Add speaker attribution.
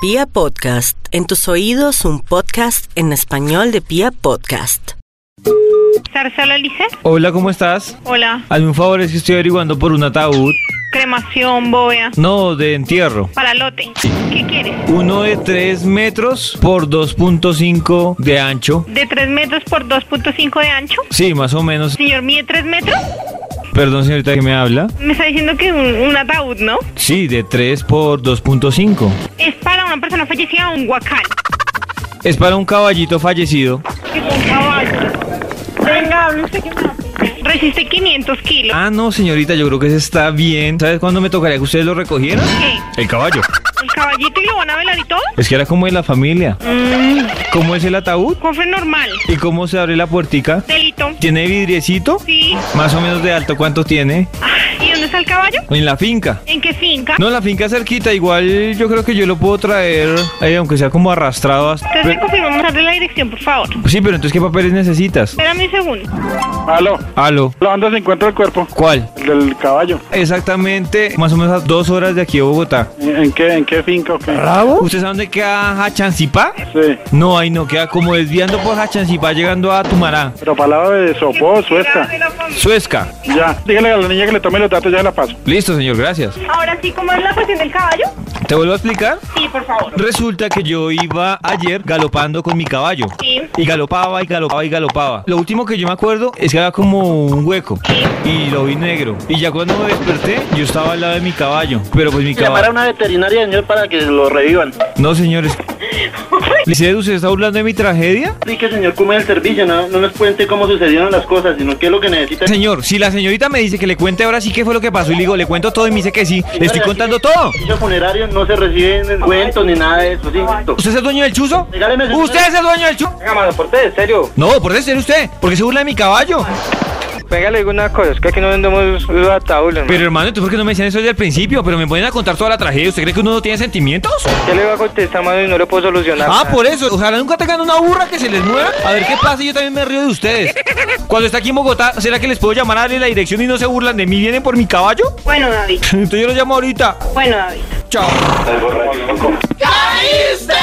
Speaker 1: Pia Podcast, en tus oídos un podcast en español de Pia Podcast.
Speaker 2: Zarzuela Lice.
Speaker 3: Hola, ¿cómo estás?
Speaker 2: Hola.
Speaker 3: Hazme un favor, es que estoy averiguando por un ataúd.
Speaker 2: Cremación, bóveda.
Speaker 3: No, de entierro.
Speaker 2: Para lote. ¿Qué quieres?
Speaker 3: Uno de 3 metros por 2.5 de ancho.
Speaker 2: ¿De 3 metros por 2.5 de ancho?
Speaker 3: Sí, más o menos.
Speaker 2: Señor, ¿mide 3 metros?
Speaker 3: Perdón, señorita, que me habla.
Speaker 2: Me está diciendo que un, un ataúd, ¿no?
Speaker 3: Sí, de 3 por 2.5.
Speaker 2: Es para una persona fallecida un guacal.
Speaker 3: Es para un caballito fallecido.
Speaker 2: Que un caballo. Venga, hable usted que me Resiste 500 kilos.
Speaker 3: Ah, no, señorita, yo creo que ese está bien. ¿Sabes cuándo me tocaría que ustedes lo recogieran?
Speaker 2: ¿Qué?
Speaker 3: El caballo.
Speaker 2: ¿El caballito y lo van a velar y todo?
Speaker 3: Es que era como de la familia.
Speaker 2: Mm,
Speaker 3: ¿Cómo es el ataúd?
Speaker 2: cofre normal.
Speaker 3: ¿Y cómo se abre la puertica?
Speaker 2: Delito.
Speaker 3: ¿Tiene vidriecito?
Speaker 2: Sí.
Speaker 3: Más o menos de alto, ¿cuánto tiene?
Speaker 2: Ah, ¿Y dónde está el caballo?
Speaker 3: En la finca.
Speaker 2: ¿En qué finca?
Speaker 3: No, la finca es cerquita, igual yo creo que yo lo puedo traer, eh, aunque sea como arrastrado hasta...
Speaker 2: Entonces me
Speaker 3: Pero-
Speaker 2: confirmamos darle la dirección, por favor.
Speaker 3: sí, pero entonces ¿qué papeles necesitas?
Speaker 2: Espérame un segundo.
Speaker 4: Aló,
Speaker 3: Aló,
Speaker 4: ¿dónde se encuentra el cuerpo?
Speaker 3: ¿cuál?
Speaker 4: El Del caballo.
Speaker 3: Exactamente, más o menos a dos horas de aquí a Bogotá.
Speaker 4: ¿En qué, en qué finca o qué?
Speaker 3: ¿Usted sabe dónde queda Hachancipá?
Speaker 4: Sí,
Speaker 3: No, ahí no, queda como desviando por Hachancipá llegando a Tumará.
Speaker 4: pero palabra de sopó, suesta.
Speaker 3: Suezca.
Speaker 4: Ya, dígale a la niña que le tome los datos, ya la paso.
Speaker 3: Listo, señor, gracias.
Speaker 2: Ahora sí, ¿cómo es la cuestión del caballo?
Speaker 3: ¿Te vuelvo a explicar?
Speaker 2: Sí, por favor.
Speaker 3: Resulta que yo iba ayer galopando con mi caballo.
Speaker 2: Sí.
Speaker 3: Y galopaba y galopaba y galopaba. Lo último que yo me acuerdo es que era como un hueco. Y lo vi negro. Y ya cuando me desperté, yo estaba al lado de mi caballo. Pero pues mi
Speaker 5: llamar a
Speaker 3: caballo.
Speaker 5: una veterinaria, señor, para que lo revivan.
Speaker 3: No, señores. ¿Licedo, usted está hablando de mi tragedia?
Speaker 5: Explique, señor, cómo es el servicio, no, no nos cuente cómo sucedieron las cosas, sino qué es lo que necesita.
Speaker 3: Señor, si la señorita me dice que le cuente ahora sí qué fue lo que pasó y le digo, le cuento todo y me dice que sí, le estoy
Speaker 5: Señora,
Speaker 3: contando
Speaker 5: así que
Speaker 3: todo.
Speaker 5: el servicio funerario no se reciben cuentos ni nada de eso, sí, listo.
Speaker 3: ¿Usted es el dueño del chuzo?
Speaker 5: Regáleme, señor.
Speaker 3: ¿Usted es el dueño del chuzo?
Speaker 6: Venga, mano, por en serio.
Speaker 3: No, por eso es usted, porque se burla de mi caballo.
Speaker 6: Venga, le digo una cosa, es que aquí no vendemos los ataúdes, hermano.
Speaker 3: Pero hermano, ¿tú por qué no me decían eso desde el principio? Pero me ponen a contar toda la tragedia. ¿Usted cree que uno no tiene sentimientos?
Speaker 6: ¿Qué le voy a contestar, mano, y no lo puedo solucionar?
Speaker 3: Ah, por eso. Ojalá nunca tengan una burra que se les mueva. A ver qué pasa. Yo también me río de ustedes. Cuando está aquí en Bogotá, ¿será que les puedo llamar a darle la dirección y no se burlan de mí? ¿Vienen por mi caballo?
Speaker 2: Bueno, David.
Speaker 3: Entonces yo los llamo ahorita.
Speaker 2: Bueno, David.
Speaker 3: Chao.
Speaker 4: Algo raro.
Speaker 7: ¡Caíste!